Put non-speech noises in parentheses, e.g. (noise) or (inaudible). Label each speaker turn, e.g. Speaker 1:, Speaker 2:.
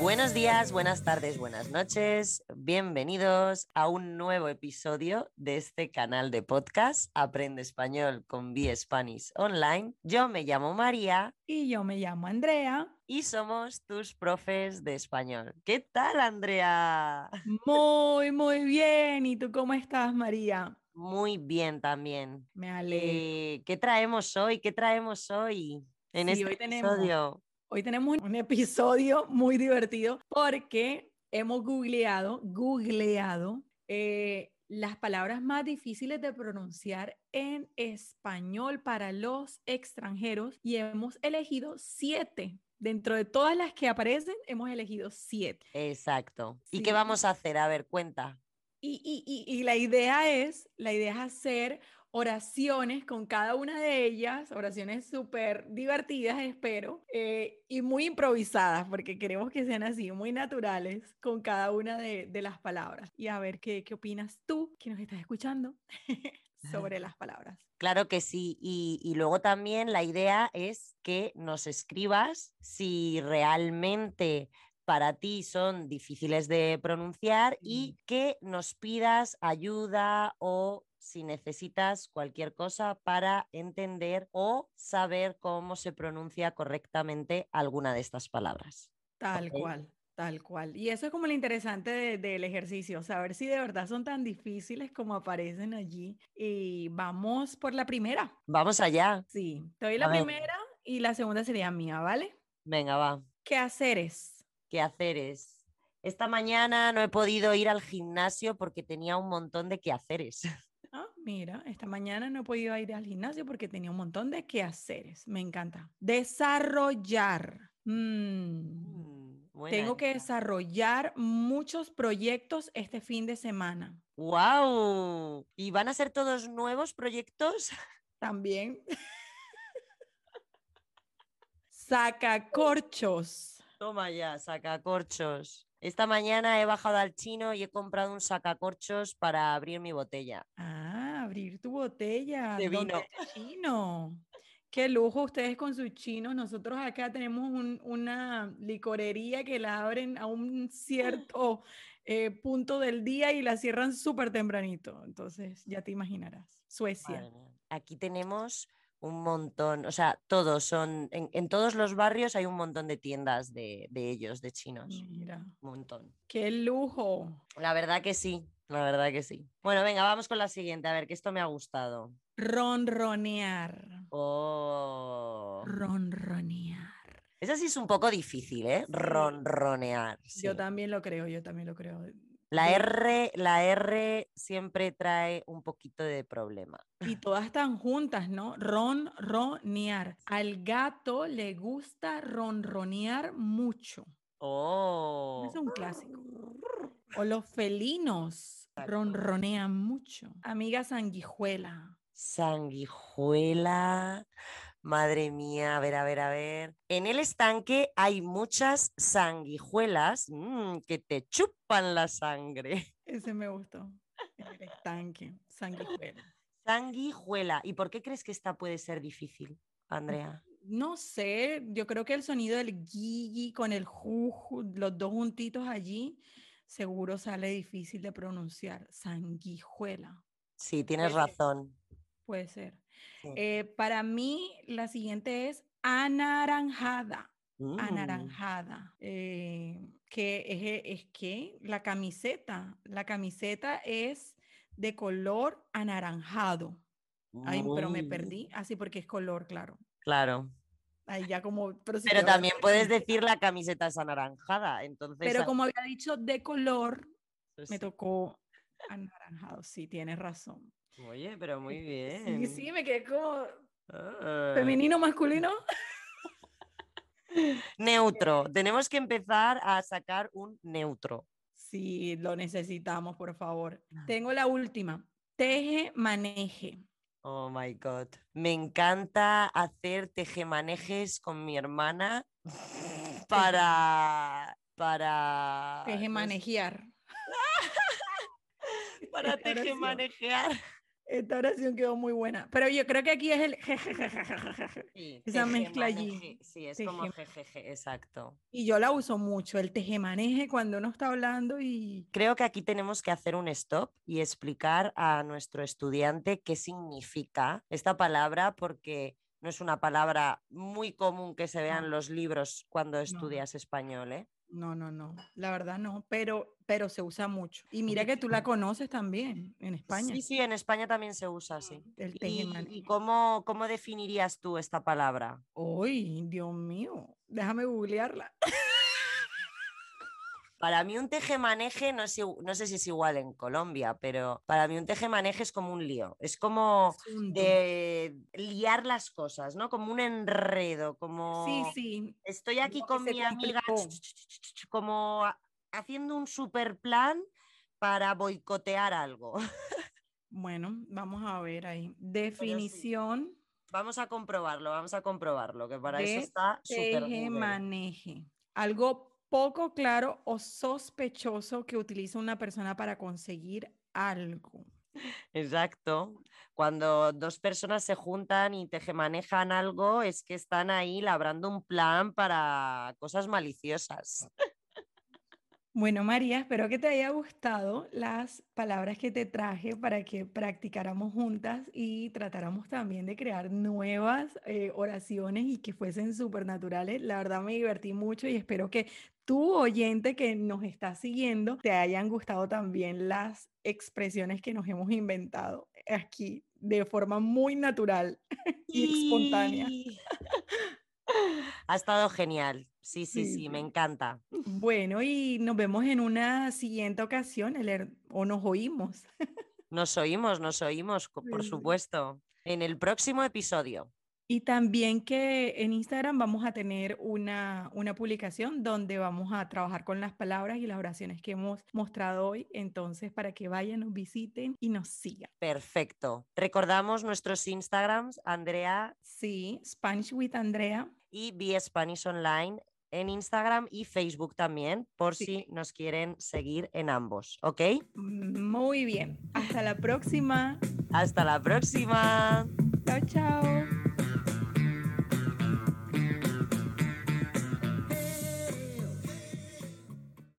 Speaker 1: Buenos días, buenas tardes, buenas noches. Bienvenidos a un nuevo episodio de este canal de podcast Aprende Español con Be Spanish Online. Yo me llamo María
Speaker 2: Y yo me llamo Andrea.
Speaker 1: y somos tus profes de español. ¿Qué tal, Andrea?
Speaker 2: Muy, muy bien. ¿Y tú cómo estás, María?
Speaker 1: Muy bien también.
Speaker 2: Me alegro.
Speaker 1: Eh, ¿Qué traemos hoy? ¿Qué traemos hoy en
Speaker 2: Sí,
Speaker 1: este
Speaker 2: hoy tenemos-
Speaker 1: episodio?
Speaker 2: Hoy tenemos un episodio muy divertido porque hemos googleado, googleado eh, las palabras más difíciles de pronunciar en español para los extranjeros y hemos elegido siete. Dentro de todas las que aparecen, hemos elegido siete.
Speaker 1: Exacto. ¿Y
Speaker 2: Sí.
Speaker 1: qué vamos a hacer? A ver, cuenta.
Speaker 2: Y, y- y- y la idea es, la idea es hacer oraciones con cada una de ellas, oraciones súper divertidas, espero, eh, y muy improvisadas, porque queremos que sean así, muy naturales con cada una de, de las palabras. Y a ver qué, qué opinas tú, que nos estás escuchando, (laughs) sobre las palabras.
Speaker 1: Claro que sí. Y, y luego también la idea es que nos escribas si realmente para ti son difíciles de pronunciar y que nos pidas ayuda o si necesitas cualquier cosa para entender o saber cómo se pronuncia correctamente alguna de estas palabras.
Speaker 2: Tal
Speaker 1: Ok.
Speaker 2: cual, tal cual. Y eso es como lo interesante de- del ejercicio, saber si de verdad son tan difíciles como aparecen allí. Y vamos por la primera.
Speaker 1: Vamos allá.
Speaker 2: Sí, te doy
Speaker 1: A
Speaker 2: la
Speaker 1: ver.
Speaker 2: primera y la segunda sería mía, ¿vale?
Speaker 1: Venga, va.
Speaker 2: Quehaceres.
Speaker 1: Quehaceres. Esta mañana no he podido ir al gimnasio porque tenía un montón de quehaceres.
Speaker 2: Ah, mira, esta mañana no he podido ir al gimnasio porque tenía un montón de quehaceres. Me encanta. Desarrollar. Mm,
Speaker 1: Mm, buena
Speaker 2: Tengo que
Speaker 1: esa.
Speaker 2: desarrollar muchos proyectos este fin de semana.
Speaker 1: ¡Guau! ¿Y van a ser todos nuevos proyectos? (laughs)
Speaker 2: También. (laughs) Sacacorchos.
Speaker 1: Toma ya, sacacorchos. Esta mañana he bajado al chino y he comprado un sacacorchos para abrir mi botella.
Speaker 2: Ah, abrir tu botella.
Speaker 1: De
Speaker 2: ¿Dónde
Speaker 1: vino.
Speaker 2: es el chino? Qué lujo ustedes con sus chinos. Nosotros acá tenemos un- una licorería que la abren
Speaker 1: (laughs)
Speaker 2: a un cierto eh, punto del día y la cierran súper tempranito. Entonces, ya te imaginarás. Suecia.
Speaker 1: Madre mía. Aquí tenemos un montón, o sea, todos son, en, en todos los barrios hay un montón de tiendas de, de ellos, de chinos.
Speaker 2: Mira,
Speaker 1: Un montón.
Speaker 2: qué lujo.
Speaker 1: La verdad que sí, la verdad que sí. Bueno, venga, vamos con la siguiente, a ver, que esto me ha gustado.
Speaker 2: Ronronear.
Speaker 1: Oh.
Speaker 2: Ronronear.
Speaker 1: Esa sí es un poco difícil, ¿eh?
Speaker 2: Sí.
Speaker 1: Ronronear.
Speaker 2: Yo
Speaker 1: sí.
Speaker 2: también lo creo, yo también lo creo.
Speaker 1: La
Speaker 2: Yo-
Speaker 1: R, la R siempre trae un poquito de problema.
Speaker 2: Y todas están juntas, ¿no? Ronronear. Al gato le gusta ronronear mucho.
Speaker 1: Oh.
Speaker 2: Es un clásico. O los felinos ronronean mucho. Amiga sanguijuela.
Speaker 1: Sanguijuela. Madre mía, a ver, a ver, a ver. En el estanque hay muchas sanguijuelas mm, que te chupan la sangre. (laughs)
Speaker 2: Ese me gustó. El estanque, sanguijuela.
Speaker 1: Sanguijuela. ¿Y por qué crees que esta puede ser difícil, Andrea?
Speaker 2: No sé, yo creo que el sonido del guigui con el juju, los dos juntitos allí, seguro sale difícil de pronunciar. Sanguijuela.
Speaker 1: Sí, tienes
Speaker 2: Puede ser.
Speaker 1: razón.
Speaker 2: Puede ser.
Speaker 1: Sí.
Speaker 2: Eh, para mí, la siguiente es anaranjada.
Speaker 1: Mm.
Speaker 2: Anaranjada. eh, que es, e- es que la camiseta. La camiseta es de color anaranjado. Ay, pero me
Speaker 1: Muy-
Speaker 2: perdí. Así porque es color, claro.
Speaker 1: Mm, Claro.
Speaker 2: Ahí ya como. Pero, si
Speaker 1: Pero
Speaker 2: te vas a
Speaker 1: también
Speaker 2: la
Speaker 1: puedes
Speaker 2: camiseta-
Speaker 1: decir la camiseta es anaranjada, entonces.
Speaker 2: Pero
Speaker 1: ah,
Speaker 2: como había dicho de color,
Speaker 1: pues
Speaker 2: me
Speaker 1: sí.
Speaker 2: tocó anaranjado. Sí, tienes razón.
Speaker 1: Oye, pero muy bien.
Speaker 2: Sí, sí, me quedé como
Speaker 1: Ah.
Speaker 2: femenino, masculino.
Speaker 1: Neutro. Tenemos que empezar a sacar un neutro.
Speaker 2: Sí, lo necesitamos, por favor.
Speaker 1: Claro.
Speaker 2: Tengo la última. Teje, maneje.
Speaker 1: Oh my God. Me encanta hacer tejemanejes con mi hermana (laughs) para. Para.
Speaker 2: Teje,
Speaker 1: no sé,
Speaker 2: manejear.
Speaker 1: Para
Speaker 2: Esta oración.
Speaker 1: tejemanejear.
Speaker 2: Esta oración quedó muy buena. Pero yo creo que aquí es el
Speaker 1: Sí,
Speaker 2: Esa
Speaker 1: jeje,
Speaker 2: mezcla allí.
Speaker 1: maneje. Sí, es como jejeje, exacto.
Speaker 2: Y yo la uso mucho, el tejemaneje cuando uno está hablando y
Speaker 1: Creo que aquí tenemos que hacer un stop y explicar a nuestro estudiante qué significa esta palabra porque no es una palabra muy común que se vea en los libros cuando estudias español, ¿eh?
Speaker 2: no, no, no, la verdad no, pero, pero se usa mucho. Y mira que tú la conoces también en España, Ah,
Speaker 1: Sí, sí, en España también se usa, sí.
Speaker 2: el
Speaker 1: ¿Y,
Speaker 2: tejemaneje.
Speaker 1: y cómo, cómo definirías tú esta palabra?
Speaker 2: Uy, Dios mío, déjame googlearla.
Speaker 1: Para mí un tejemaneje, no, es igu- no sé si es igual en Colombia, pero para mí un tejemaneje es como un lío, es como Oh, de liar las cosas, ¿no? Como un enredo, como...
Speaker 2: Sí, sí,
Speaker 1: Estoy aquí
Speaker 2: que
Speaker 1: con
Speaker 2: se
Speaker 1: mi amiga
Speaker 2: complicó.
Speaker 1: ch, ch, ch, ch, ch, como a- haciendo un super plan para boicotear algo. (laughs)
Speaker 2: bueno, vamos a ver ahí. Definición
Speaker 1: Vamos a comprobarlo, vamos a comprobarlo, que para eso
Speaker 2: De
Speaker 1: está super Google.
Speaker 2: tejemaneje, algo poco claro o sospechoso que utiliza una persona para conseguir algo.
Speaker 1: Exacto. Cuando dos personas se juntan y tejemanejan algo, es que están ahí labrando un plan para cosas maliciosas.
Speaker 2: Bueno, María, espero que te haya gustado las palabras que te traje para que practicáramos juntas y tratáramos también de crear nuevas eh, oraciones y que fuesen súper naturales. La verdad me divertí mucho y espero que tú, oyente que nos está siguiendo, te hayan gustado también las expresiones que nos hemos inventado aquí de forma muy natural y espontánea.
Speaker 1: Sí. (laughs) Ha estado genial. Sí, sí,
Speaker 2: Sí,
Speaker 1: sí, me
Speaker 2: sí.
Speaker 1: encanta.
Speaker 2: Bueno, y nos vemos en una siguiente ocasión, Eler- o nos oímos.
Speaker 1: Nos oímos, nos oímos, co- por
Speaker 2: Sí.
Speaker 1: supuesto. En el próximo episodio.
Speaker 2: Y también que en Instagram vamos a tener una, una publicación donde vamos a trabajar con las palabras y las oraciones que hemos mostrado hoy. Entonces, para que vayan, nos visiten y nos sigan.
Speaker 1: Perfecto. Recordamos nuestros Instagrams, Andrea
Speaker 2: Sí, Spanish with Andrea.
Speaker 1: y Be Spanish Online en Instagram y Facebook también, por
Speaker 2: Sí.
Speaker 1: si nos quieren seguir en ambos. ¿Ok?
Speaker 2: Muy bien. Hasta la próxima.
Speaker 1: Hasta la próxima.
Speaker 2: Chao, chao.